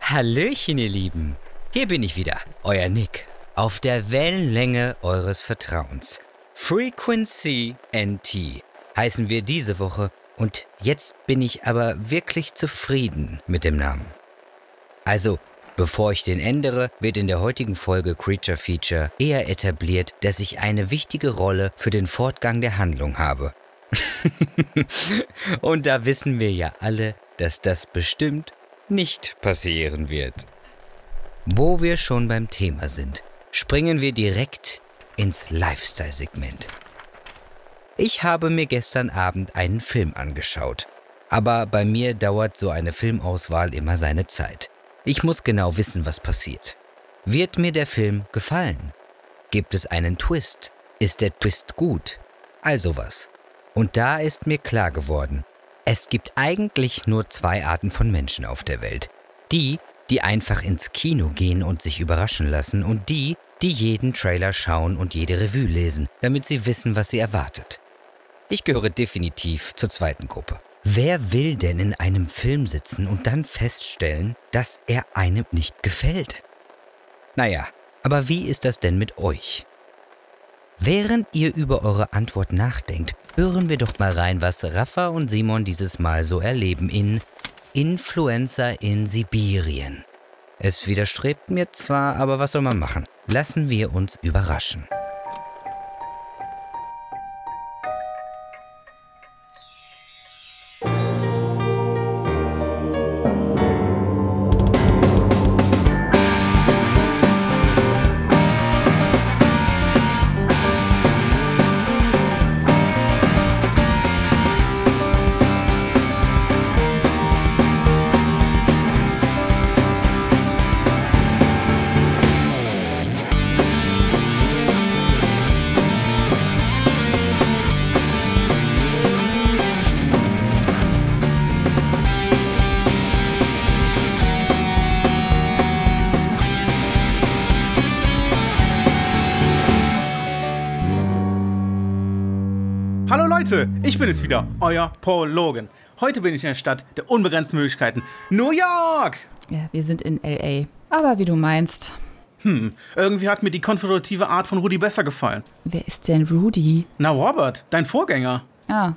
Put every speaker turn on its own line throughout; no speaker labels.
Hallöchen, ihr Lieben. Hier bin ich wieder, euer Nick. Auf der Wellenlänge eures Vertrauens. Frequency NT heißen wir diese Woche. Und jetzt bin ich aber wirklich zufrieden mit dem Namen. Also, bevor ich den ändere, wird in der heutigen Folge Creature Feature eher etabliert, dass ich eine wichtige Rolle für den Fortgang der Handlung habe. Und da wissen wir ja alle, dass das bestimmt nicht passieren wird. Wo wir schon beim Thema sind, springen wir direkt ins Lifestyle-Segment. Ich habe mir gestern Abend einen Film angeschaut. Aber bei mir dauert so eine Filmauswahl immer seine Zeit. Ich muss genau wissen, was passiert. Wird mir der Film gefallen? Gibt es einen Twist? Ist der Twist gut? Also was. Und da ist mir klar geworden, es gibt eigentlich nur zwei Arten von Menschen auf der Welt. Die, die einfach ins Kino gehen und sich überraschen lassen und die, die jeden Trailer schauen und jede Revue lesen, damit sie wissen, was sie erwartet. Ich gehöre definitiv zur zweiten Gruppe. Wer will denn in einem Film sitzen und dann feststellen, dass er einem nicht gefällt? Naja, aber wie ist das denn mit euch? Während ihr über eure Antwort nachdenkt, hören wir doch mal rein, was Rafa und Simon dieses Mal so erleben in Influencer in Sibirien. Es widerstrebt mir zwar, aber was soll man machen? Lassen wir uns überraschen.
Hallo Leute, ich bin es wieder, euer Paul Logan. Heute bin ich in der Stadt der unbegrenzten Möglichkeiten, New York.
Ja, wir sind in LA. Aber wie du meinst,
Irgendwie hat mir die konfrontative Art von Rudi besser gefallen.
wer ist denn Rudy?
Na Robert, dein Vorgänger.
Ah,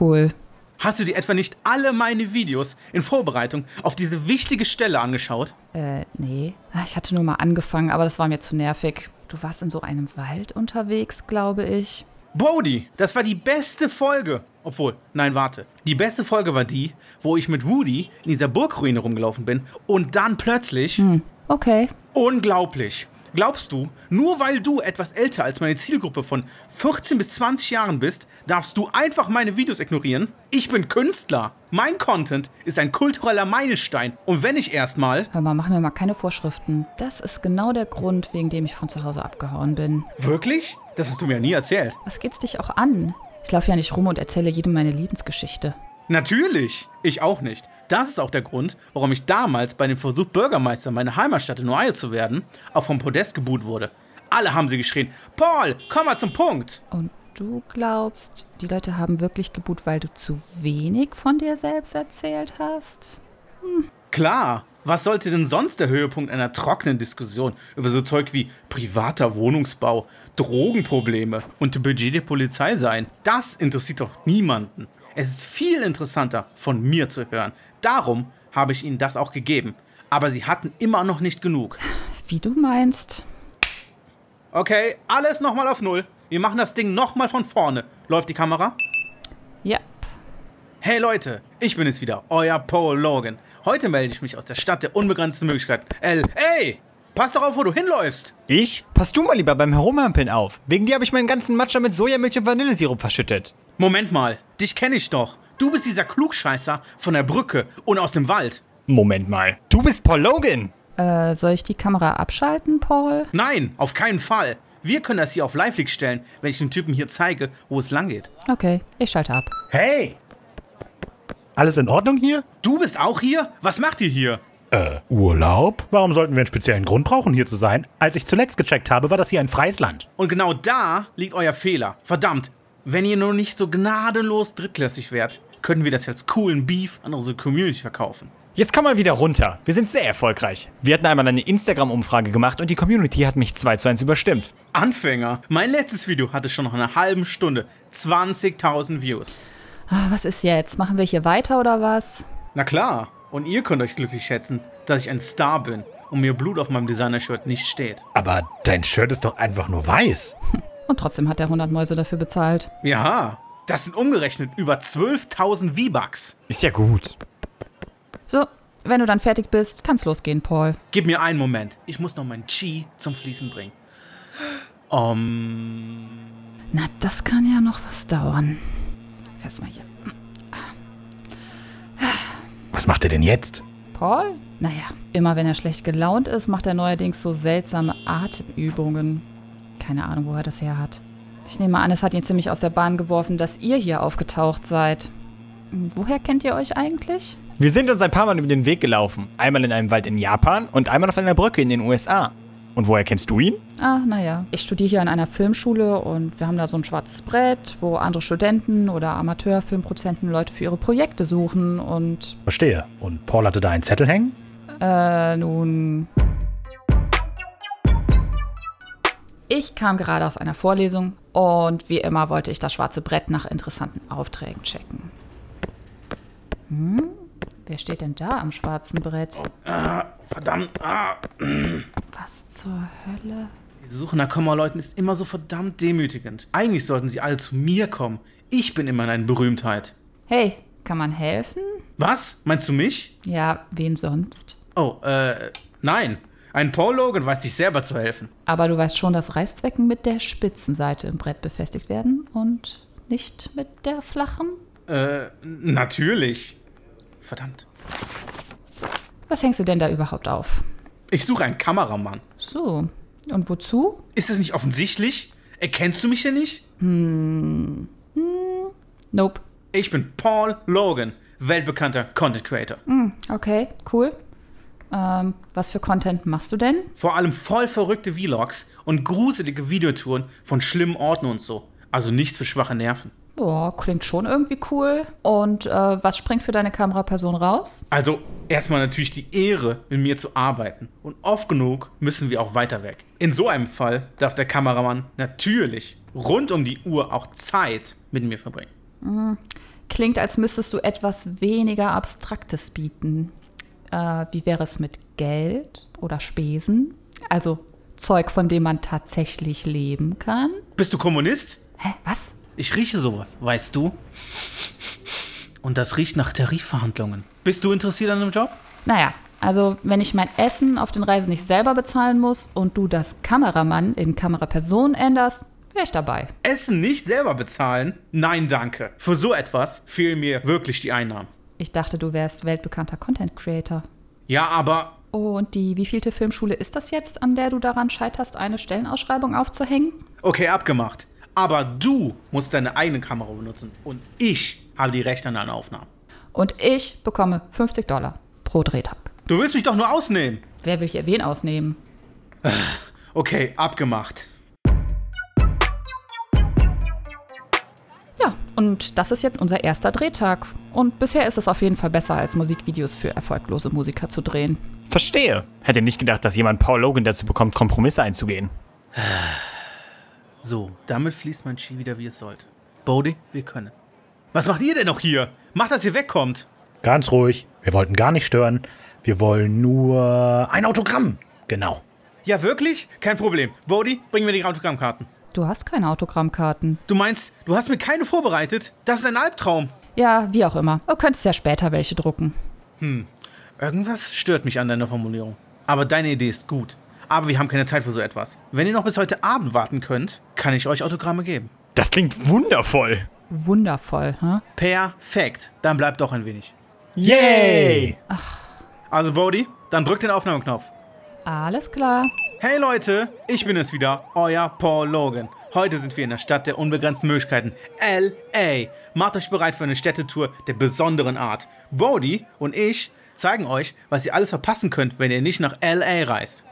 cool.
Hast du dir etwa nicht alle meine Videos in Vorbereitung auf diese wichtige Stelle angeschaut?
Äh, nee. Ah, Ich hatte nur mal angefangen, aber das war mir zu nervig. Du warst in so einem Wald unterwegs, glaube ich.
Brody, das war die beste Folge. Obwohl, nein, warte. Die beste Folge war die, wo ich mit Rudi in dieser Burgruine rumgelaufen bin und dann plötzlich...
Okay.
Unglaublich. Glaubst du, nur weil du etwas älter als meine Zielgruppe von 14 bis 20 Jahren bist, darfst du einfach meine Videos ignorieren? Ich bin Künstler. Mein Content ist ein kultureller Meilenstein. Und wenn ich erstmal...
Hör mal, mach mir mal keine Vorschriften. Das ist genau der Grund, wegen dem ich von zu Hause abgehauen bin.
Wirklich? Das hast du mir ja nie erzählt.
Was geht's dich auch an? Ich laufe ja nicht rum und erzähle jedem meine Lebensgeschichte.
Natürlich. Ich auch nicht. Das ist auch der Grund, warum ich damals bei dem Versuch, Bürgermeister meiner Heimatstadt in Ohio zu werden, auch vom Podest geboot wurde. Alle haben sie geschrien, Paul, komm mal zum Punkt.
Und du glaubst, die Leute haben wirklich gebuht, weil du zu wenig von dir selbst erzählt hast?
Klar, was sollte denn sonst der Höhepunkt einer trockenen Diskussion über so Zeug wie privater Wohnungsbau, Drogenprobleme und die Budget der Polizei sein? Das interessiert doch niemanden. Es ist viel interessanter, von mir zu hören. Darum habe ich ihnen das auch gegeben. Aber sie hatten immer noch nicht genug.
Wie du meinst.
Okay, alles nochmal auf Null. Wir machen das Ding nochmal von vorne. Läuft die Kamera?
Ja.
Hey Leute, ich bin es wieder, euer Paul Logan. Heute melde ich mich aus der Stadt der unbegrenzten Möglichkeiten. L.A. Pass doch auf, wo du hinläufst.
Ich? Pass du mal lieber beim Herumhampeln auf. Wegen dir habe ich meinen ganzen Matcha mit Sojamilch und Vanillesirup verschüttet.
Moment mal, dich kenne ich doch. Du bist dieser Klugscheißer von der Brücke und aus dem Wald.
Moment mal. Du bist Paul Logan.
Äh, soll ich die Kamera abschalten, Paul?
Nein, auf keinen Fall. Wir können das hier auf Live-Leak stellen, wenn ich den Typen hier zeige, wo es lang geht.
Okay, ich schalte ab.
Hey! Alles in Ordnung hier?
Du bist auch hier? Was macht ihr hier?
Äh, Urlaub? Warum sollten wir einen speziellen Grund brauchen, hier zu sein? Als ich zuletzt gecheckt habe, war das hier ein freies Land.
Und genau da liegt euer Fehler. Verdammt, wenn ihr nur nicht so gnadenlos drittklassig wärt, könnten wir das als coolen Beef an unsere Community verkaufen.
Jetzt komm mal wieder runter. Wir sind sehr erfolgreich. Wir hatten einmal eine Instagram-Umfrage gemacht und die Community hat mich 2 zu 1 überstimmt.
Anfänger. Mein letztes Video hatte schon nach einer halben Stunde 20.000 Views.
Ah, was ist jetzt? Machen wir hier weiter oder was?
Na klar. Und ihr könnt euch glücklich schätzen, dass ich ein Star bin und mir Blut auf meinem Designer-Shirt nicht steht.
Aber dein Shirt ist doch einfach nur weiß.
Und trotzdem hat er 100 Mäuse dafür bezahlt.
Ja, das sind umgerechnet über 12.000 V-Bucks.
Ist ja gut.
So, wenn du dann fertig bist, kann's losgehen, Paul.
Gib mir einen Moment. Ich muss noch mein Chi zum Fließen bringen. Ähm,
Na, das kann ja noch was dauern. Lass mal hier.
Was macht er denn jetzt?
Paul? Naja, immer wenn er schlecht gelaunt ist, macht er neuerdings so seltsame Atemübungen. Keine Ahnung, wo er das her hat. Ich nehme an, es hat ihn ziemlich aus der Bahn geworfen, dass ihr hier aufgetaucht seid. Woher kennt ihr euch eigentlich?
Wir sind uns ein paar Mal über den Weg gelaufen. Einmal in einem Wald in Japan und einmal auf einer Brücke in den USA. Und woher kennst du ihn?
Ah, naja. Ich studiere hier an einer Filmschule und wir haben da so ein schwarzes Brett, wo andere Studenten oder Amateurfilmproduzenten Leute für ihre Projekte suchen und
Verstehe. Und Paul hatte da einen Zettel hängen?
äh, nun. Ich kam gerade aus einer Vorlesung und wie immer wollte ich das schwarze Brett nach interessanten Aufträgen checken. Hm? Wer steht denn da am schwarzen Brett?
verdammt. Ah.
Was zur Hölle?
Die Suche nach Kammerleuten ist immer so verdammt demütigend. Eigentlich sollten sie alle zu mir kommen. Ich bin immer eine Berühmtheit.
Hey, kann man helfen?
Was? Meinst du mich?
Ja, wen sonst?
Oh, äh, nein. Ein Paul Logan weiß sich selber zu helfen.
Aber du weißt schon, dass Reißzwecken mit der spitzen Seite im Brett befestigt werden und nicht mit der flachen?
Äh, n- natürlich. Verdammt.
Was hängst du denn da überhaupt auf?
Ich suche einen Kameramann.
So, und wozu?
Ist das nicht offensichtlich? Erkennst du mich denn nicht?
Nope.
Ich bin Paul Logan, weltbekannter Content Creator.
Okay, cool. Ähm, was für Content machst du denn?
Vor allem voll verrückte Vlogs und gruselige Videotouren von schlimmen Orten und so. Also nichts für schwache Nerven.
Boah, klingt schon irgendwie cool. Und äh, was springt für deine Kameraperson raus?
Also erstmal natürlich die Ehre, mit mir zu arbeiten. Und oft genug müssen wir auch weiter weg. In so einem Fall darf der Kameramann natürlich rund um die Uhr auch Zeit mit mir verbringen.
Klingt, als müsstest du etwas weniger Abstraktes bieten. Äh, wie wäre es mit Geld oder Spesen? Also Zeug, von dem man tatsächlich leben kann?
Bist du Kommunist?
Hä, was?
Ich rieche sowas, weißt du? Und das riecht nach Tarifverhandlungen. Bist du interessiert an einem Job?
Naja, also wenn ich mein Essen auf den Reisen nicht selber bezahlen muss und du das Kameramann in Kameraperson änderst, wäre ich dabei.
Essen nicht selber bezahlen? Nein, danke. Für so etwas fehlen mir wirklich die Einnahmen.
Ich dachte, du wärst weltbekannter Content Creator.
Ja, aber
Oh, und die wievielte Filmschule ist das jetzt, an der du daran scheiterst, eine Stellenausschreibung aufzuhängen?
okay, abgemacht. Aber du musst deine eigene Kamera benutzen und ich habe die Rechte an deinen Aufnahmen.
Und ich bekomme 50 Dollar pro Drehtag.
Du willst mich doch nur ausnehmen.
Wer will hier wen ausnehmen?
Okay, abgemacht.
Ja, und das ist jetzt unser erster Drehtag. Und bisher ist es auf jeden Fall besser, als Musikvideos für erfolglose Musiker zu drehen.
Verstehe. Hätte nicht gedacht, dass jemand Paul Logan dazu bekommt, Kompromisse einzugehen.
So, damit fließt mein Ski wieder, wie es sollte. Bodhi, wir können. Was macht ihr denn noch hier? Macht, dass ihr wegkommt.
Ganz ruhig. Wir wollten gar nicht stören. Wir wollen nur ein Autogramm. Genau.
Ja, wirklich? Kein Problem. Bodhi, bring mir die Autogrammkarten.
Du hast keine Autogrammkarten.
Du meinst, du hast mir keine vorbereitet? Das ist ein Albtraum.
Ja, wie auch immer. Du könntest ja später welche drucken.
Irgendwas stört mich an deiner Formulierung. Aber deine Idee ist gut. Aber wir haben keine Zeit für so etwas. Wenn ihr noch bis heute Abend warten könnt, kann ich euch Autogramme geben.
Das klingt wundervoll.
Wundervoll, hä?
Perfekt. Dann bleibt doch ein wenig.
Yay!
Also, Bodhi, dann drückt den Aufnahmeknopf.
Alles klar.
Hey Leute, ich bin es wieder, euer Paul Logan. Heute sind wir in der Stadt der unbegrenzten Möglichkeiten, LA. Macht euch bereit für eine Städtetour der besonderen Art. Bodhi und ich zeigen euch, was ihr alles verpassen könnt, wenn ihr nicht nach LA reist.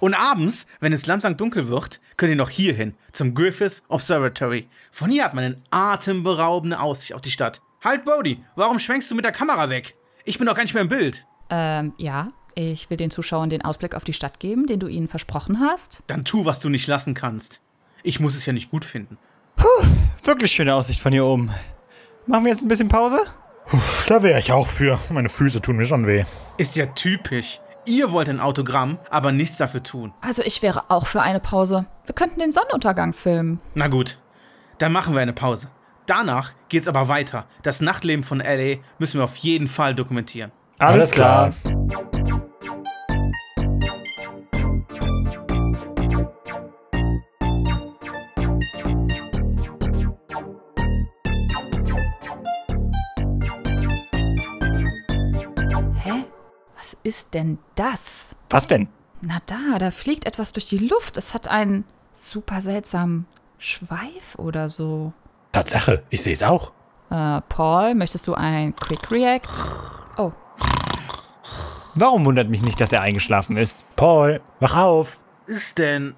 Und abends, wenn es langsam dunkel wird, könnt ihr noch hier hin, zum Griffith Observatory. Von hier hat man eine atemberaubende Aussicht auf die Stadt. Halt, Bodhi, warum schwenkst du mit der Kamera weg? Ich bin doch gar nicht mehr im Bild.
Ähm, ja, ich will den Zuschauern den Ausblick auf die Stadt geben, den du ihnen versprochen hast.
Dann tu, was du nicht lassen kannst. Ich muss es ja nicht gut finden.
Wirklich schöne Aussicht von hier oben. Machen wir jetzt ein bisschen Pause?
Da wäre ich auch für. Meine Füße tun mir schon weh.
Ist ja typisch. Ihr wollt ein Autogramm, aber nichts dafür tun.
Also ich wäre auch für eine Pause. Wir könnten den Sonnenuntergang filmen.
Na gut, dann machen wir eine Pause. Danach geht's aber weiter. Das Nachtleben von LA müssen wir auf jeden Fall dokumentieren.
Alles klar.
Hä? Was ist denn das?
Was denn?
Na da, da fliegt etwas durch die Luft. Es hat einen super seltsamen Schweif oder so.
Tatsache, ich sehe es auch.
Äh, Paul, möchtest du ein Quick React? Oh,
Warum wundert mich nicht, dass er eingeschlafen ist?
Paul, wach auf.
Ist denn.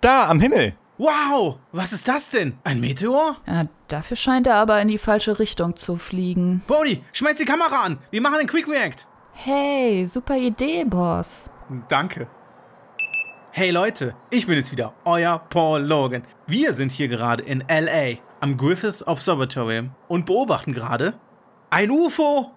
Da, am Himmel.
Wow, was ist das denn? Ein Meteor?
äh, dafür scheint er aber in die falsche Richtung zu fliegen.
Bodhi, schmeiß die Kamera an. Wir machen einen Quick React.
Hey, super Idee, Boss.
Danke. Hey Leute, ich bin jetzt wieder, euer Paul Logan. Wir sind hier gerade in LA am Griffith Observatory und beobachten gerade ein UFO.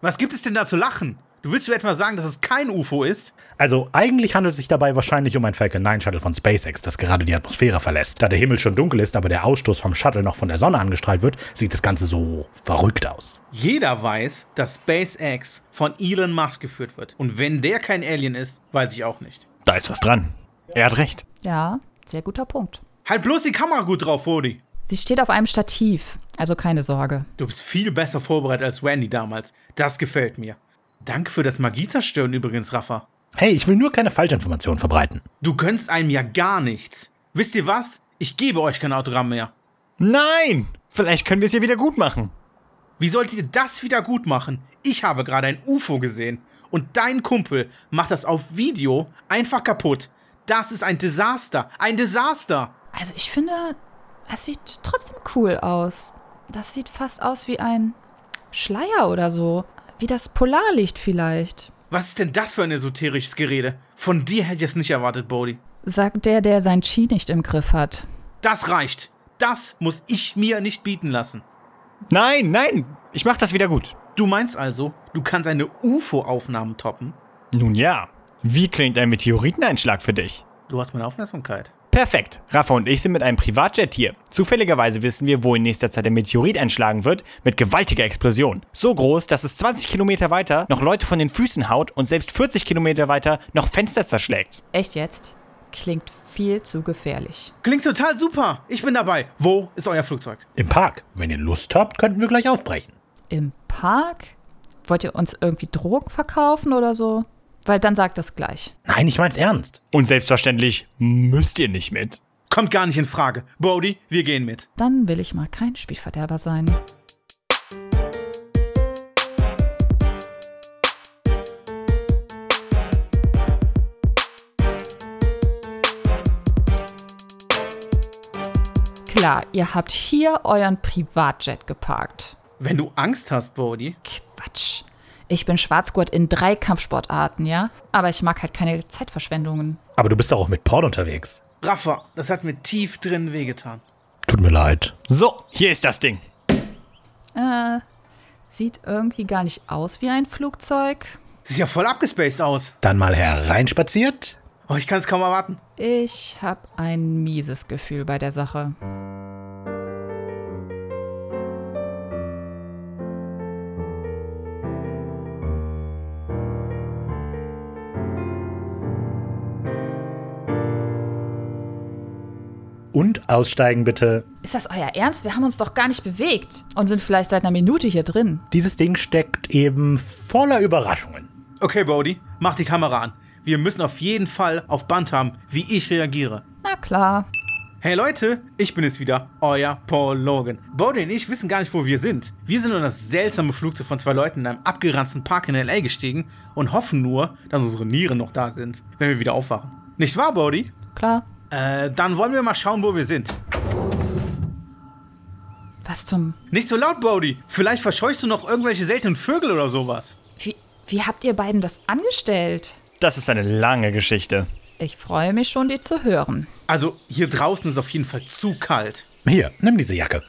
Was gibt es denn da zu lachen? Du willst mir etwa sagen, dass es kein UFO ist?
Also eigentlich handelt es sich dabei wahrscheinlich um ein Falcon 9 Shuttle von SpaceX, das gerade die Atmosphäre verlässt. Da der Himmel schon dunkel ist, aber der Ausstoß vom Shuttle noch von der Sonne angestrahlt wird, sieht das Ganze so verrückt aus.
Jeder weiß, dass SpaceX von Elon Musk geführt wird. Und wenn der kein Alien ist, weiß ich auch nicht.
Da ist was dran. Er hat recht.
Ja, sehr guter Punkt.
Halt bloß die Kamera gut drauf, Rodi.
Sie steht auf einem Stativ, also keine Sorge.
Du bist viel besser vorbereitet als Randy damals. Das gefällt mir. Danke für das Magiezerstörn übrigens, Rafa.
Hey, ich will nur keine Falschinformationen verbreiten.
Du gönnst einem ja gar nichts. Wisst ihr was? Ich gebe euch kein Autogramm mehr.
Nein! Vielleicht können wir es hier wieder gut machen.
Wie sollt ihr das wieder gut machen? Ich habe gerade ein UFO gesehen. Und dein Kumpel macht das auf Video einfach kaputt. Das ist ein Desaster. Ein Desaster.
Also ich finde, es sieht trotzdem cool aus. Das sieht fast aus wie ein Schleier oder so. Wie das Polarlicht vielleicht.
Was ist denn das für ein esoterisches Gerede? Von dir hätte ich es nicht erwartet, Bodhi.
Sagt der, der sein Chi nicht im Griff hat.
Das reicht. Das muss ich mir nicht bieten lassen.
Nein, nein! Ich mach das wieder gut.
Du meinst also, du kannst eine UFO-Aufnahme toppen?
Nun ja. Wie klingt ein Meteoriteneinschlag für dich?
Du hast meine Aufmerksamkeit.
Perfekt. Rafa und ich sind mit einem Privatjet hier. Zufälligerweise wissen wir, wo in nächster Zeit ein Meteorit einschlagen wird, mit gewaltiger Explosion. So groß, dass es 20 Kilometer weiter noch Leute von den Füßen haut und selbst 40 Kilometer weiter noch Fenster zerschlägt.
Echt jetzt? Klingt viel zu gefährlich.
Klingt total super. Ich bin dabei. Wo ist euer Flugzeug?
Im Park. Wenn ihr Lust habt, könnten wir gleich aufbrechen.
Im Park? Wollt ihr uns irgendwie Drogen verkaufen oder so? Weil dann sagt das gleich.
Nein, ich mein's ernst.
Und selbstverständlich müsst ihr nicht mit.
Kommt gar nicht in Frage. Brody, wir gehen mit.
Dann will ich mal kein Spielverderber sein. Klar, ihr habt hier euren Privatjet geparkt.
Wenn du Angst hast, Brody.
Quatsch. Ich bin Schwarzgurt in drei Kampfsportarten, ja? Aber ich mag halt keine Zeitverschwendungen.
Aber du bist doch auch mit Paul unterwegs.
Rafa, das hat mir tief drin wehgetan.
Tut mir leid.
So, hier ist das Ding.
Äh, sieht irgendwie gar nicht aus wie ein Flugzeug.
Sieht ja voll abgespaced aus.
Dann mal hereinspaziert?
Oh, ich kann es kaum erwarten.
Ich habe ein mieses Gefühl bei der Sache.
Und aussteigen bitte.
Ist das euer Ernst? Wir haben uns doch gar nicht bewegt und sind vielleicht seit einer Minute hier drin.
Dieses Ding steckt eben voller Überraschungen.
Okay, Brody, mach die Kamera an. Wir müssen auf jeden Fall auf Band haben, wie ich reagiere.
Na klar.
Hey Leute, ich bin es wieder, euer Paul Logan. Bodie und ich wissen gar nicht, wo wir sind. Wir sind in das seltsame Flugzeug von zwei Leuten in einem abgeranzten Park in L.A. gestiegen und hoffen nur, dass unsere Nieren noch da sind, wenn wir wieder aufwachen. Nicht wahr, Bodhi?
Klar.
Äh, dann wollen wir mal schauen, wo wir sind.
Was zum.
Nicht so laut, Bodhi. Vielleicht verscheuchst du noch irgendwelche seltenen Vögel oder sowas.
Wie, wie habt ihr beiden das angestellt?
Das ist eine lange Geschichte.
Ich freue mich schon, die zu hören.
Also, hier draußen ist auf jeden Fall zu kalt.
Hier, nimm diese Jacke.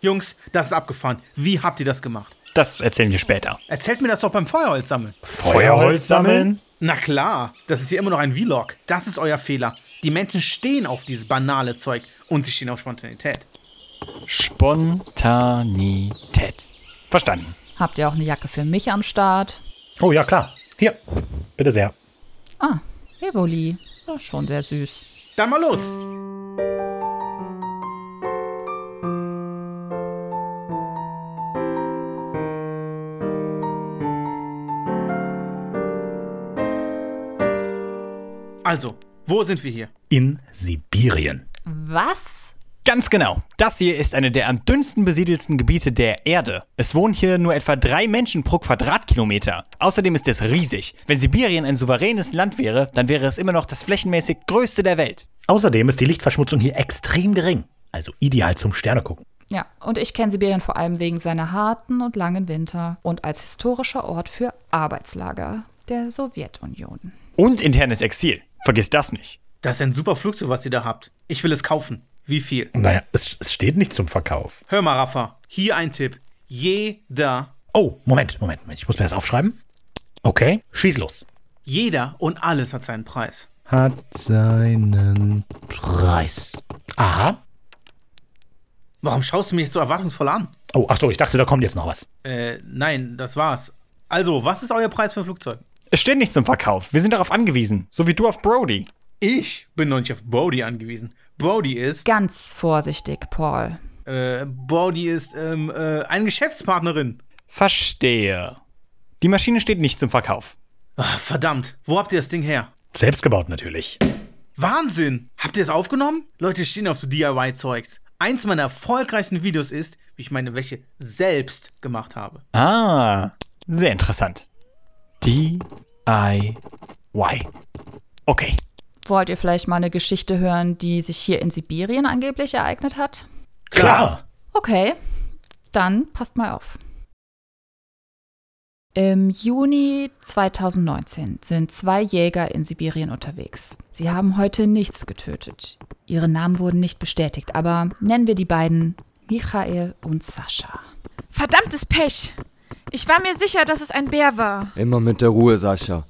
Jungs, das ist abgefahren. Wie habt ihr das gemacht?
Das erzählen wir später.
Erzählt mir das doch beim Feuerholz sammeln.
Feuerholz sammeln?
Na klar, das ist ja immer noch ein Vlog. Das ist euer Fehler. Die Menschen stehen auf dieses banale Zeug und sie stehen auf Spontanität.
Spontanität. Verstanden.
Habt ihr auch eine Jacke für mich am Start?
Oh ja, klar. Hier, bitte sehr.
Ah, Evoli. Ja, schon sehr süß.
Dann mal los. Also, wo sind wir hier?
In Sibirien.
Was?
Ganz genau. Das hier ist eine der am dünnsten besiedelsten Gebiete der Erde. Es wohnen hier nur etwa drei Menschen pro Quadratkilometer. Außerdem ist es riesig. Wenn Sibirien ein souveränes Land wäre, dann wäre es immer noch das flächenmäßig größte der Welt.
Außerdem ist die Lichtverschmutzung hier extrem gering. Also ideal zum Sterne gucken.
Ja, und ich kenne Sibirien vor allem wegen seiner harten und langen Winter und als historischer Ort für Arbeitslager der Sowjetunion.
Und internes Exil. Vergiss das nicht.
Das ist ein super Flugzeug, was ihr da habt. Ich will es kaufen. Wie viel?
Naja, es, es steht nicht zum Verkauf.
Hör mal, Rafa. Hier ein Tipp. Jeder,
Oh, Moment, Moment, Moment. Ich muss mir das aufschreiben. Okay, schieß los.
jeder und alles hat seinen Preis.
Hat seinen Preis. Aha.
Warum schaust du mich jetzt so erwartungsvoll an?
Oh, ach so, ich dachte, da kommt jetzt noch was.
Äh, nein, das war's. Also, was ist euer Preis für ein Flugzeug?
Es steht nicht zum Verkauf. Wir sind darauf angewiesen. So wie du auf Brody.
Ich bin noch nicht auf Brody angewiesen. Brody ist,
Ganz vorsichtig, Paul.
äh, Brody ist, ähm, äh, eine Geschäftspartnerin.
Verstehe. Die Maschine steht nicht zum Verkauf.
Ach, verdammt, wo habt ihr das Ding her?
Selbstgebaut natürlich.
Wahnsinn! Habt ihr es aufgenommen? Leute stehen auf so DIY-Zeugs. Eins meiner erfolgreichsten Videos ist, wie ich meine Wäsche selbst gemacht habe.
Ah, sehr interessant. DIY. Okay.
Wollt ihr vielleicht mal eine Geschichte hören, die sich hier in Sibirien angeblich ereignet hat?
Klar.
Okay, dann passt mal auf. Im Juni 2019 sind zwei Jäger in Sibirien unterwegs. Sie haben heute nichts getötet. Ihre Namen wurden nicht bestätigt, aber nennen wir die beiden Michael und Sascha.
Verdammtes Pech! Ich war mir sicher, dass es ein Bär war.
Immer mit der Ruhe, Sascha.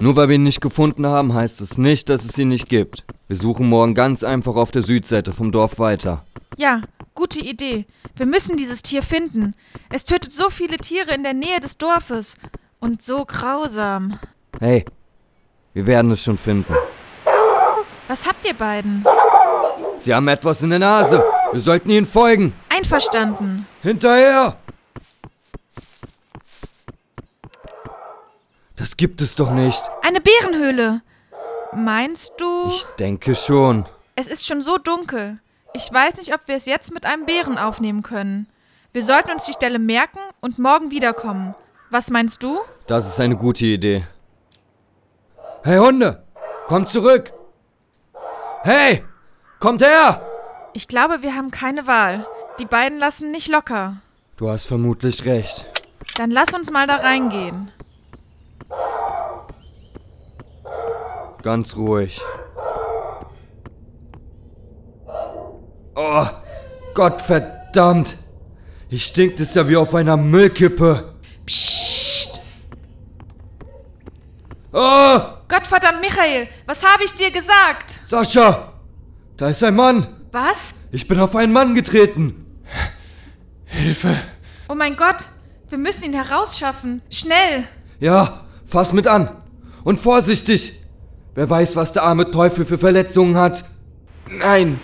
Nur weil wir ihn nicht gefunden haben, heißt es nicht, dass es ihn nicht gibt. Wir suchen morgen ganz einfach auf der Südseite vom Dorf weiter.
Ja, gute Idee. Wir müssen dieses Tier finden. Es tötet so viele Tiere in der Nähe des Dorfes. Und so grausam.
Hey, wir werden es schon finden.
Was habt ihr beiden?
Sie haben etwas in der Nase. Wir sollten ihnen folgen.
Einverstanden.
Hinterher! Das gibt es doch nicht.
Eine Bärenhöhle. Meinst du,
Ich denke schon.
es ist schon so dunkel. Ich weiß nicht, ob wir es jetzt mit einem Bären aufnehmen können. Wir sollten uns die Stelle merken und morgen wiederkommen. Was meinst du?
Das ist eine gute Idee. Hey Hunde, kommt zurück! Hey, kommt her!
Ich glaube, wir haben keine Wahl. Die beiden lassen nicht locker.
Du hast vermutlich recht.
Dann lass uns mal da reingehen.
Ganz ruhig. Oh, Gott verdammt! Hier stinkt es ja wie auf einer Müllkippe.
Psst!
Oh,
Gottverdammt, Michael, was habe ich dir gesagt?
Sascha! Da ist ein Mann!
Was?
Ich bin auf einen Mann getreten!
Oh mein Gott, wir müssen ihn herausschaffen. Schnell!
Ja, fass mit an! Und vorsichtig! Wer weiß, was der arme Teufel für Verletzungen hat.
Nein,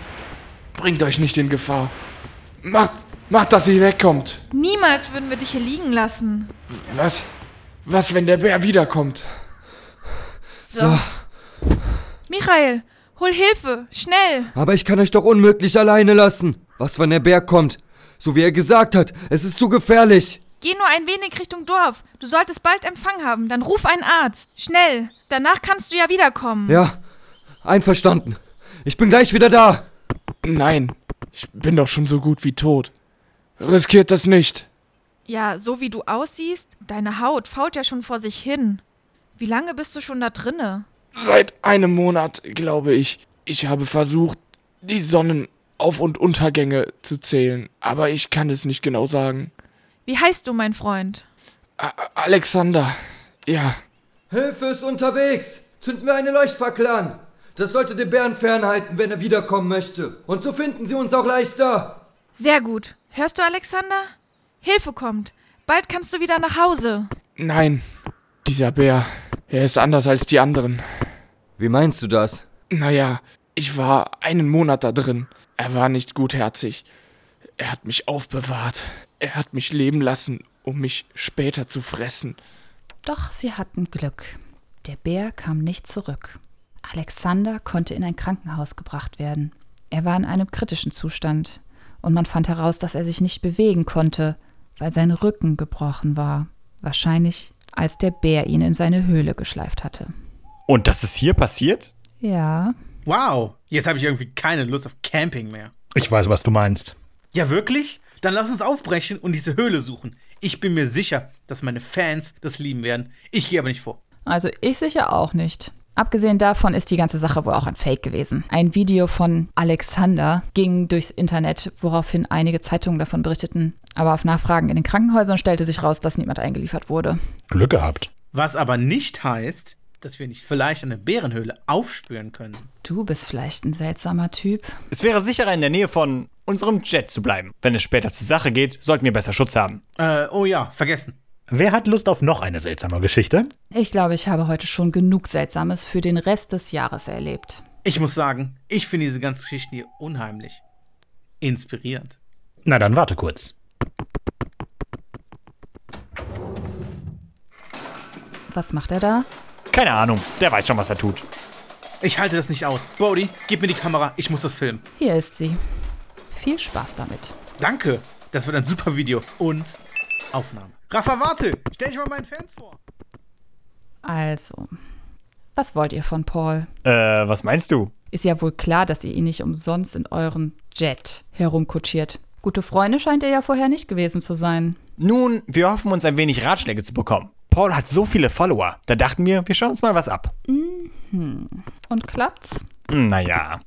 bringt euch nicht in Gefahr. Macht, macht, dass ihr wegkommt.
Niemals würden wir dich hier liegen lassen.
Was? Was, wenn der Bär wiederkommt?
So. Michael, hol Hilfe, schnell!
Aber ich kann euch doch unmöglich alleine lassen. Was, wenn der Bär kommt? So wie er gesagt hat, es ist zu gefährlich.
Geh nur ein wenig Richtung Dorf. Du solltest bald Empfang haben. Dann ruf einen Arzt. Schnell. Danach kannst du ja wiederkommen.
Ja, einverstanden. Ich bin gleich wieder da.
Nein, ich bin doch schon so gut wie tot. Riskiert das nicht.
Ja, so wie du aussiehst, deine Haut fault ja schon vor sich hin. Wie lange bist du schon da drinne?
Seit einem Monat, glaube ich, ich habe versucht, die Sonnenauf- und Untergänge zu zählen, aber ich kann es nicht genau sagen.
Wie heißt du, mein Freund?
A Alexander, ja,
Hilfe ist unterwegs. Zünd mir eine Leuchtfackel an. Das sollte den Bären fernhalten, wenn er wiederkommen möchte. Und so finden sie uns auch leichter.
Sehr gut. Hörst du, Alexander? Hilfe kommt. Bald kannst du wieder nach Hause.
nein, dieser Bär, er ist anders als die anderen.
Wie meinst du das?
Naja, ich war einen Monat da drin. Er war nicht gutherzig. Er hat mich aufbewahrt. Er hat mich leben lassen, um mich später zu fressen.
Doch sie hatten Glück. Der Bär kam nicht zurück. Alexander konnte in ein Krankenhaus gebracht werden. Er war in einem kritischen Zustand und man fand heraus, dass er sich nicht bewegen konnte, weil sein Rücken gebrochen war. Wahrscheinlich, als der Bär ihn in seine Höhle geschleift hatte.
Und das ist hier passiert?
Ja,
Wow, jetzt habe ich irgendwie keine Lust auf Camping mehr.
Ich weiß, was du meinst.
Ja, wirklich? Dann lass uns aufbrechen und diese Höhle suchen. Ich bin mir sicher, dass meine Fans das lieben werden. Ich gehe aber nicht vor.
Also ich sicher auch nicht. Abgesehen davon ist die ganze Sache wohl auch ein Fake gewesen. Ein Video von Alexander ging durchs Internet, woraufhin einige Zeitungen davon berichteten. Aber auf Nachfragen in den Krankenhäusern stellte sich raus, dass niemand eingeliefert wurde.
Glück gehabt.
Was aber nicht heißt, dass wir nicht vielleicht eine Bärenhöhle aufspüren können.
Du bist vielleicht ein seltsamer Typ.
Es wäre sicherer, in der Nähe von unserem Jet zu bleiben. Wenn es später zur Sache geht, sollten wir besser Schutz haben.
Äh, oh ja, vergessen.
Wer hat Lust auf noch eine seltsame Geschichte?
Ich glaube, ich habe heute schon genug Seltsames für den Rest des Jahres erlebt.
Ich muss sagen, ich finde diese ganzen Geschichten hier unheimlich inspirierend.
Na dann warte kurz.
Was macht er da?
Keine Ahnung, der weiß schon, was er tut.
Ich halte das nicht aus. Bodhi, gib mir die Kamera, ich muss das filmen.
Hier ist sie. Viel Spaß damit.
Danke, das wird ein super Video. Und Aufnahme. Rafa, warte, stell dich mal meinen Fans vor.
Also, was wollt ihr von Paul?
Äh, was meinst du?
Ist ja wohl klar, dass ihr ihn nicht umsonst in eurem Jet herumkutschiert. Gute Freunde scheint er ja vorher nicht gewesen zu sein.
Nun, wir hoffen uns ein wenig Ratschläge zu bekommen. Paul hat so viele Follower. Da dachten wir, wir schauen uns mal was ab.
Und klappt's?
Hm, Naja.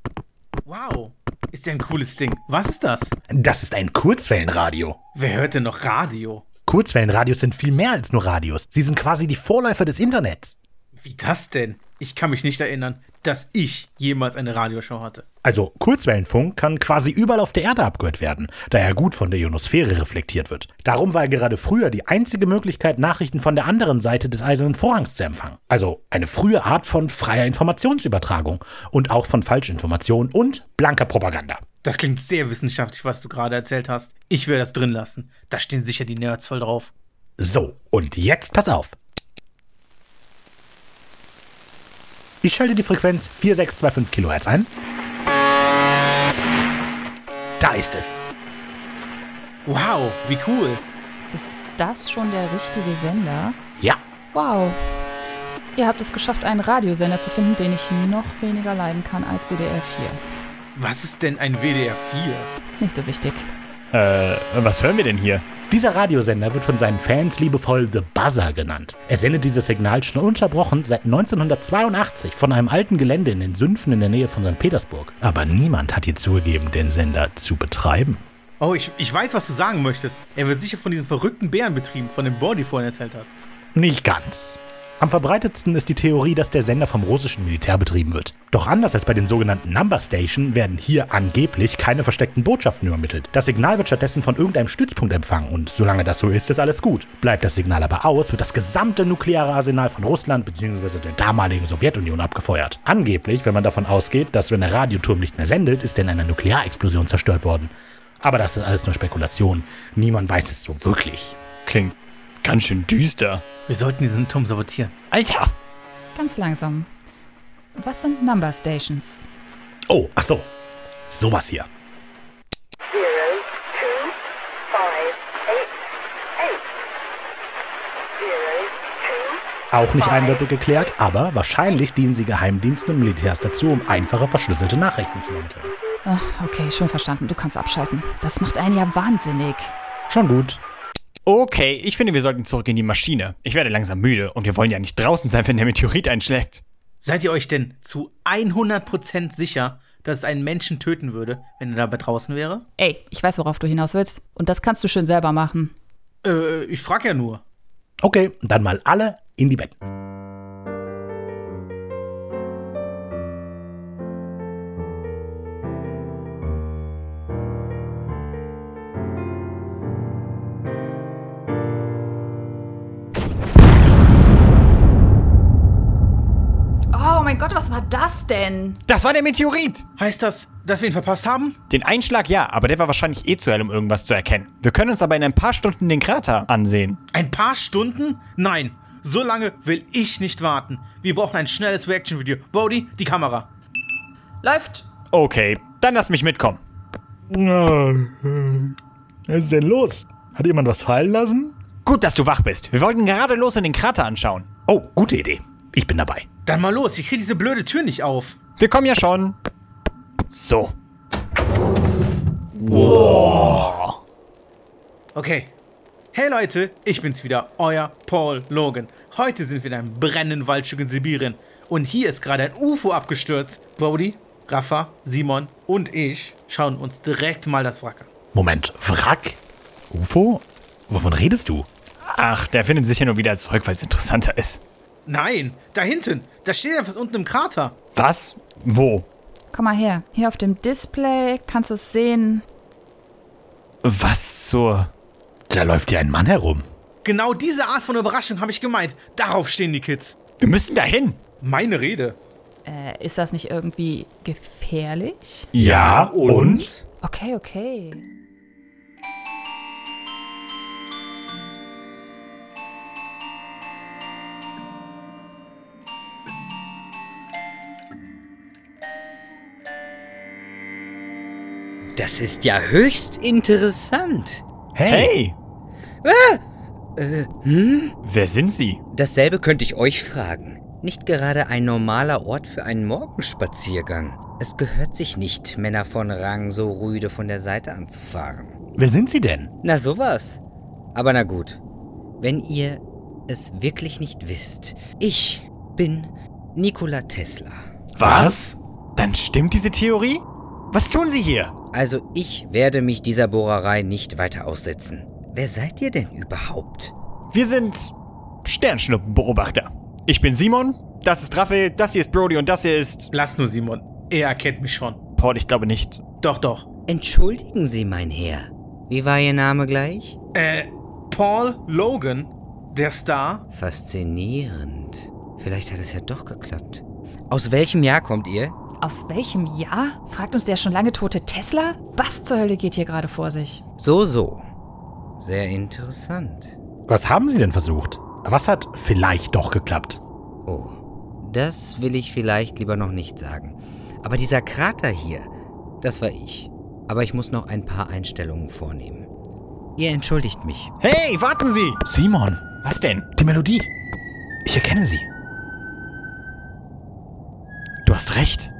Wow, ist ja ein cooles Ding. Was ist das?
Das ist ein Kurzwellenradio.
Wer hört denn noch Radio?
Kurzwellenradios sind viel mehr als nur Radios. Sie sind quasi die Vorläufer des Internets.
Wie das denn? Ich kann mich nicht erinnern, dass ich jemals eine Radioshow hatte.
Also Kurzwellenfunk kann quasi überall auf der Erde abgehört werden, da er gut von der Ionosphäre reflektiert wird. Darum war er gerade früher die einzige Möglichkeit, Nachrichten von der anderen Seite des Eisernen Vorhangs zu empfangen. Also eine frühe Art von freier Informationsübertragung und auch von Falschinformation und blanker Propaganda.
Das klingt sehr wissenschaftlich, was du gerade erzählt hast. Ich will das drin lassen. Da stehen sicher die Nerds voll drauf.
So, und jetzt pass auf. Ich schalte die Frequenz 4625 kHz ein. Da ist es.
Wow, wie cool.
Ist das schon der richtige Sender?
Ja,
Wow. Ihr habt es geschafft, einen Radiosender zu finden, den ich noch weniger leiden kann als WDR 4.
Was ist denn ein WDR 4?
Nicht so wichtig.
Äh, was hören wir denn hier?
Dieser Radiosender wird von seinen Fans liebevoll The Buzzer genannt. Er sendet dieses Signal schon unterbrochen seit 1982 von einem alten Gelände in den Sümpfen in der Nähe von St. Petersburg. Aber niemand hat hier zugegeben, den Sender zu betreiben.
Oh, ich, ich weiß, was du sagen möchtest. Er wird sicher von diesem verrückten Bären betrieben, von dem Bordy vorhin erzählt hat.
Nicht ganz. Am verbreitetsten ist die Theorie, dass der Sender vom russischen Militär betrieben wird. Doch anders als bei den sogenannten Number Station werden hier angeblich keine versteckten Botschaften übermittelt. Das Signal wird stattdessen von irgendeinem Stützpunkt empfangen und solange das so ist, ist alles gut. Bleibt das Signal aber aus, wird das gesamte nukleare Arsenal von Russland bzw. der damaligen Sowjetunion abgefeuert. Angeblich, wenn man davon ausgeht, dass wenn der Radioturm nicht mehr sendet, ist er in einer Nuklearexplosion zerstört worden. Aber das ist alles nur Spekulation. Niemand weiß es so wirklich.
Klingt ganz schön düster.
Wir sollten diesen Turm sabotieren.
Alter!
Ganz langsam. Was sind Number Stations?
Oh, ach so. Sowas hier.
zero two five eight eight
Auch nicht eindeutig geklärt, aber wahrscheinlich dienen sie Geheimdiensten und Militärs dazu, um einfache verschlüsselte Nachrichten zu ermitteln.
Ah, okay, schon verstanden. Du kannst abschalten. Das macht einen ja wahnsinnig.
Schon gut.
Okay, ich finde, wir sollten zurück in die Maschine. Ich werde langsam müde und wir wollen ja nicht draußen sein, wenn der Meteorit einschlägt.
Seid ihr euch denn zu 100% sicher, dass es einen Menschen töten würde, wenn er dabei draußen wäre?
Ey, ich weiß, worauf du hinaus willst. Und das kannst du schön selber machen.
Äh, ich frag ja nur.
Okay, dann mal alle in die Betten.
Oh mein Gott, was war das denn?
Das war der Meteorit!
Heißt das, dass wir ihn verpasst haben?
Den Einschlag ja, aber der war wahrscheinlich eh zu hell, um irgendwas zu erkennen. Wir können uns aber in ein paar Stunden den Krater ansehen.
Ein paar Stunden? Nein, so lange will ich nicht warten. Wir brauchen ein schnelles Reaction-Video. Bodhi, die Kamera.
Läuft.
Okay, dann lass mich mitkommen.
äh, Was ist denn los? Hat jemand was fallen lassen?
Gut, dass du wach bist. Wir wollten gerade los in den Krater anschauen.
Oh, gute Idee. Ich bin dabei.
Dann mal los, ich kriege diese blöde Tür nicht auf.
Wir kommen ja schon. So.
Okay. Hey Leute, ich bin's wieder, euer Paul Logan. Heute sind wir in einem brennenden Waldstück in Sibirien. Und hier ist gerade ein UFO abgestürzt. Bodhi, Rafa, Simon und ich schauen uns direkt mal das Wrack an.
Moment, Wrack? UFO? Wovon redest du?
Ach, der findet sicher nur wieder zurück, weil es interessanter ist.
Nein, da hinten, da steht etwas unten im Krater.
Was? Wo?
Komm mal her. Hier auf dem Display kannst du es sehen.
Was zur...
Da läuft ja ein Mann herum.
Genau diese Art von Überraschung habe ich gemeint. Darauf stehen die Kids.
Wir müssen dahin.
Meine Rede.
Äh, ist das nicht irgendwie gefährlich?
Ja,
Okay, okay.
Das ist ja höchst interessant.
Hey! Wer sind Sie?
Dasselbe könnte ich euch fragen. Nicht gerade ein normaler Ort für einen Morgenspaziergang. Es gehört sich nicht, Männer von Rang so rüde von der Seite anzufahren.
Wer sind sie denn?
Na sowas. Aber na gut. Wenn ihr es wirklich nicht wisst, ich bin Nikola Tesla.
Was? Dann stimmt diese Theorie? Was tun Sie hier?
Also ich werde mich dieser Bohrerei nicht weiter aussetzen. Wer seid ihr denn überhaupt?
Wir sind Sternschnuppenbeobachter. Ich bin Simon, das ist Raphael, das hier ist Brody und das hier ist...
Lass nur, Simon. Er erkennt mich schon.
Paul, ich glaube nicht.
Doch, doch.
Entschuldigen Sie, mein Herr. Wie war Ihr Name gleich?
Äh, Paul Logan, der Star.
Faszinierend. Vielleicht hat es ja doch geklappt. Aus welchem Jahr kommt ihr?
Aus welchem Jahr? Fragt uns der schon lange tote Tesla? Was zur Hölle geht hier gerade vor sich?
So, so. Sehr interessant.
Was haben sie denn versucht? Was hat vielleicht doch geklappt?
Oh, das will ich vielleicht lieber noch nicht sagen. Aber dieser Krater hier, das war ich. Aber ich muss noch ein paar Einstellungen vornehmen. Ihr entschuldigt mich.
Hey, warten Sie!
Simon,
Was denn?
die Melodie. Ich erkenne sie.
Du hast recht.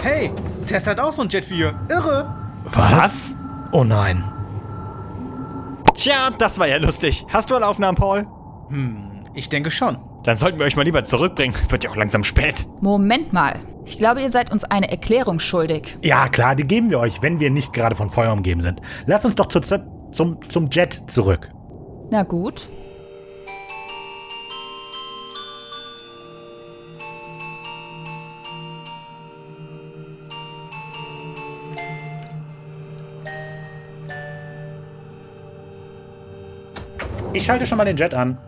Hey, Tess hat auch so ein Jet wie ihr. Irre.
Was? Oh nein.
Tja, das war ja lustig. Hast du alle Aufnahmen, Paul?
Ich denke schon.
Dann sollten wir euch mal lieber zurückbringen. Wird ja auch langsam spät.
Moment mal. Ich glaube, ihr seid uns eine Erklärung schuldig.
Ja, klar, die geben wir euch, wenn wir nicht gerade von Feuer umgeben sind. Lasst uns doch zur Z zum, zum Jet zurück.
Na gut.
Ich schalte schon mal den Jet an.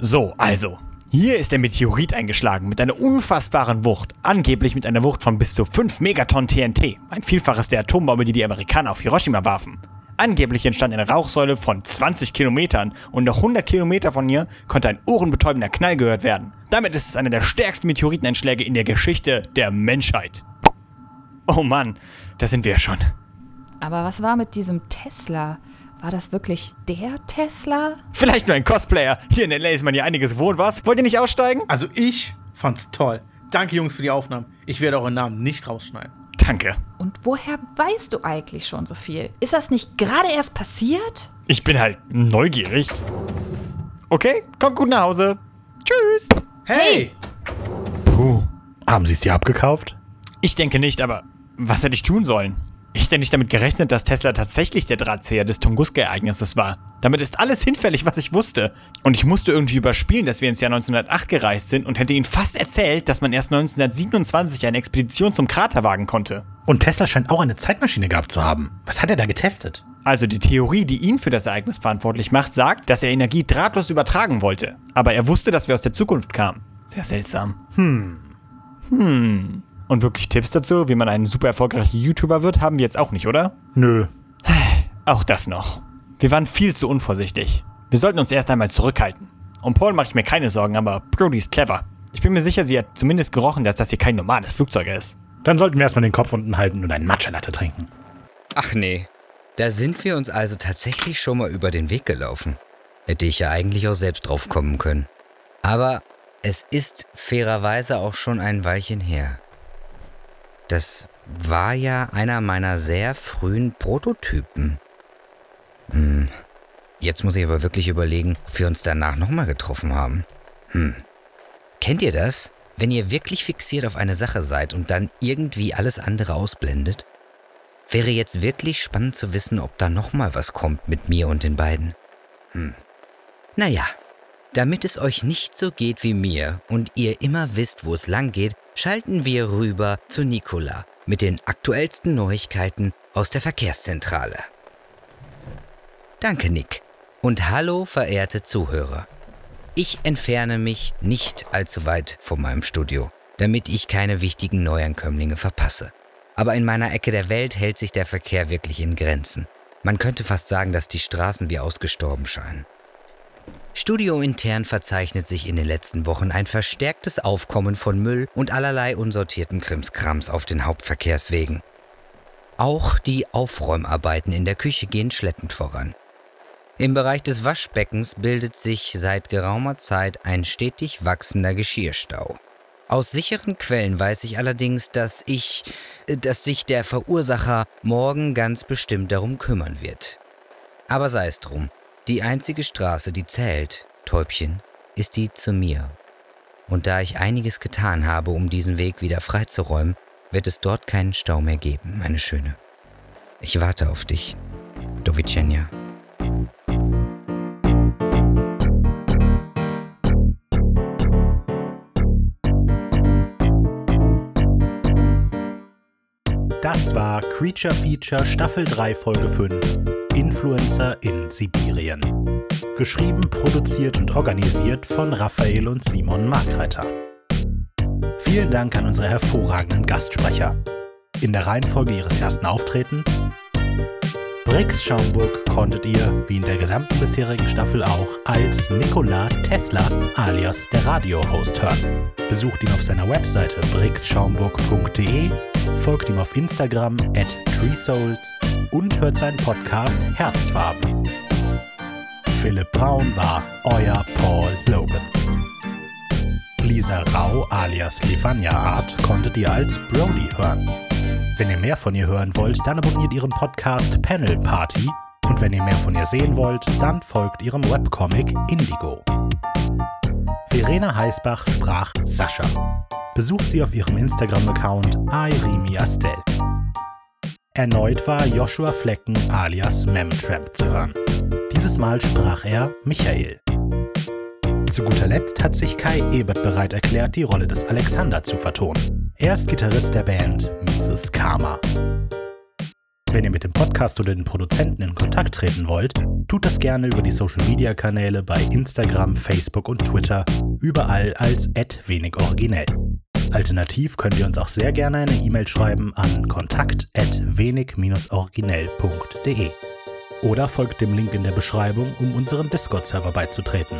So, also. Hier ist der Meteorit eingeschlagen mit einer unfassbaren Wucht. Angeblich mit einer Wucht von bis zu 5 Megatonnen TNT. Ein Vielfaches der Atombombe, die die Amerikaner auf Hiroshima warfen. Angeblich entstand eine Rauchsäule von 20 Kilometern und noch 100 Kilometer von hier konnte ein ohrenbetäubender Knall gehört werden. Damit ist es einer der stärksten Meteoriteneinschläge in der Geschichte der Menschheit. Oh Mann, da sind wir ja schon.
Aber was war mit diesem Tesla? War das wirklich der Tesla?
Vielleicht nur ein Cosplayer. Hier in LA ist man ja einiges gewohnt, was? Wollt ihr nicht aussteigen?
Also ich fand's toll. Danke, Jungs, für die Aufnahmen. Ich werde euren Namen nicht rausschneiden.
Danke.
Und woher weißt du eigentlich schon so viel? Ist das nicht gerade erst passiert?
Ich bin halt neugierig. Okay, kommt gut nach Hause. Tschüss.
Hey!
Puh. Haben sie es dir abgekauft?
Ich denke nicht, aber was hätte ich tun sollen? Ich hätte nicht damit gerechnet, dass Tesla tatsächlich der Drahtseher des Tunguska-Ereignisses war. Damit ist alles hinfällig, was ich wusste. Und ich musste irgendwie überspielen, dass wir ins Jahr 1908 gereist sind und hätte ihnen fast erzählt, dass man erst 1927 eine Expedition zum Krater wagen konnte.
Und Tesla scheint auch eine Zeitmaschine gehabt zu haben. Was hat er da getestet?
Also die Theorie, die ihn für das Ereignis verantwortlich macht, sagt, dass er Energie drahtlos übertragen wollte. Aber er wusste, dass wir aus der Zukunft kamen. Sehr seltsam. Hm. Hm. Und wirklich Tipps dazu, wie man ein super erfolgreicher YouTuber wird, haben wir jetzt auch nicht, oder?
Nö.
Auch das noch. Wir waren viel zu unvorsichtig. Wir sollten uns erst einmal zurückhalten. Um Paul mache ich mir keine Sorgen, aber Brody ist clever. Ich bin mir sicher, sie hat zumindest gerochen, dass das hier kein normales Flugzeug ist.
Dann sollten wir erstmal den Kopf unten halten und einen Matcha Latte trinken.
Ach nee, da sind wir uns also tatsächlich schon mal über den Weg gelaufen. Hätte ich ja eigentlich auch selbst drauf kommen können. Aber es ist fairerweise auch schon ein Weilchen her. Das war ja einer meiner sehr frühen Prototypen. Hm. Jetzt muss ich aber wirklich überlegen, ob wir uns danach nochmal getroffen haben. Hm. Kennt ihr das? Wenn ihr wirklich fixiert auf eine Sache seid und dann irgendwie alles andere ausblendet? Wäre jetzt wirklich spannend zu wissen, ob da nochmal was kommt mit mir und den beiden. Hm. Naja, damit es euch nicht so geht wie mir und ihr immer wisst, wo es lang geht, schalten wir rüber zu Nicola mit den aktuellsten Neuigkeiten aus der Verkehrszentrale. Danke, Nick. Und hallo, verehrte Zuhörer. Ich entferne mich nicht allzu weit von meinem Studio, damit ich keine wichtigen Neuankömmlinge verpasse. Aber in meiner Ecke der Welt hält sich der Verkehr wirklich in Grenzen. Man könnte fast sagen, dass die Straßen wie ausgestorben scheinen. Studiointern verzeichnet sich in den letzten Wochen ein verstärktes Aufkommen von Müll und allerlei unsortierten Krimskrams auf den Hauptverkehrswegen. Auch die Aufräumarbeiten in der Küche gehen schleppend voran. Im Bereich des Waschbeckens bildet sich seit geraumer Zeit ein stetig wachsender Geschirrstau. Aus sicheren Quellen weiß ich allerdings, dass ich, äh, dass sich der Verursacher morgen ganz bestimmt darum kümmern wird. Aber sei es drum. Die einzige Straße, die zählt, Täubchen, ist die zu mir. Und da ich einiges getan habe, um diesen Weg wieder freizuräumen, wird es dort keinen Stau mehr geben, meine Schöne. Ich warte auf dich, Dovicenia.
Das war Creature Feature Staffel 3 Folge 5. Influencer in Sibirien. Geschrieben, produziert und organisiert von Raphael und Simon Markreiter. Vielen Dank an unsere hervorragenden Gastsprecher. In der Reihenfolge ihres ersten Auftretens. Brix Schaumburg konntet ihr, wie in der gesamten bisherigen Staffel auch, als Nikola Tesla alias der Radio-Host hören. Besucht ihn auf seiner Webseite brixschaumburg.de folgt ihm auf Instagram at treesouls und hört seinen Podcast Herzfarben. Philipp Braun war euer Paul Logan. Lisa Rau alias Levania Art konntet ihr als Brody hören. Wenn ihr mehr von ihr hören wollt, dann abonniert ihren Podcast Panel Party und wenn ihr mehr von ihr sehen wollt, dann folgt ihrem Webcomic Indigo. Verena Heißbach sprach Sascha besucht sie auf ihrem Instagram-Account Airimi Astel. Erneut war Joshua Flecken alias Memtramp zu hören. Dieses Mal sprach er Michael. Zu guter Letzt hat sich Kai Ebert bereit erklärt, die Rolle des Alexander zu vertonen. Er ist Gitarrist der Band Mrs. Karma. Wenn ihr mit dem Podcast oder den Produzenten in Kontakt treten wollt, tut das gerne über die Social-Media-Kanäle bei Instagram, Facebook und Twitter, überall als wenig originell. Alternativ könnt ihr uns auch sehr gerne eine E-Mail schreiben an kontakt-wenig-originell.de. Oder folgt dem Link in der Beschreibung, um unseren Discord-Server beizutreten.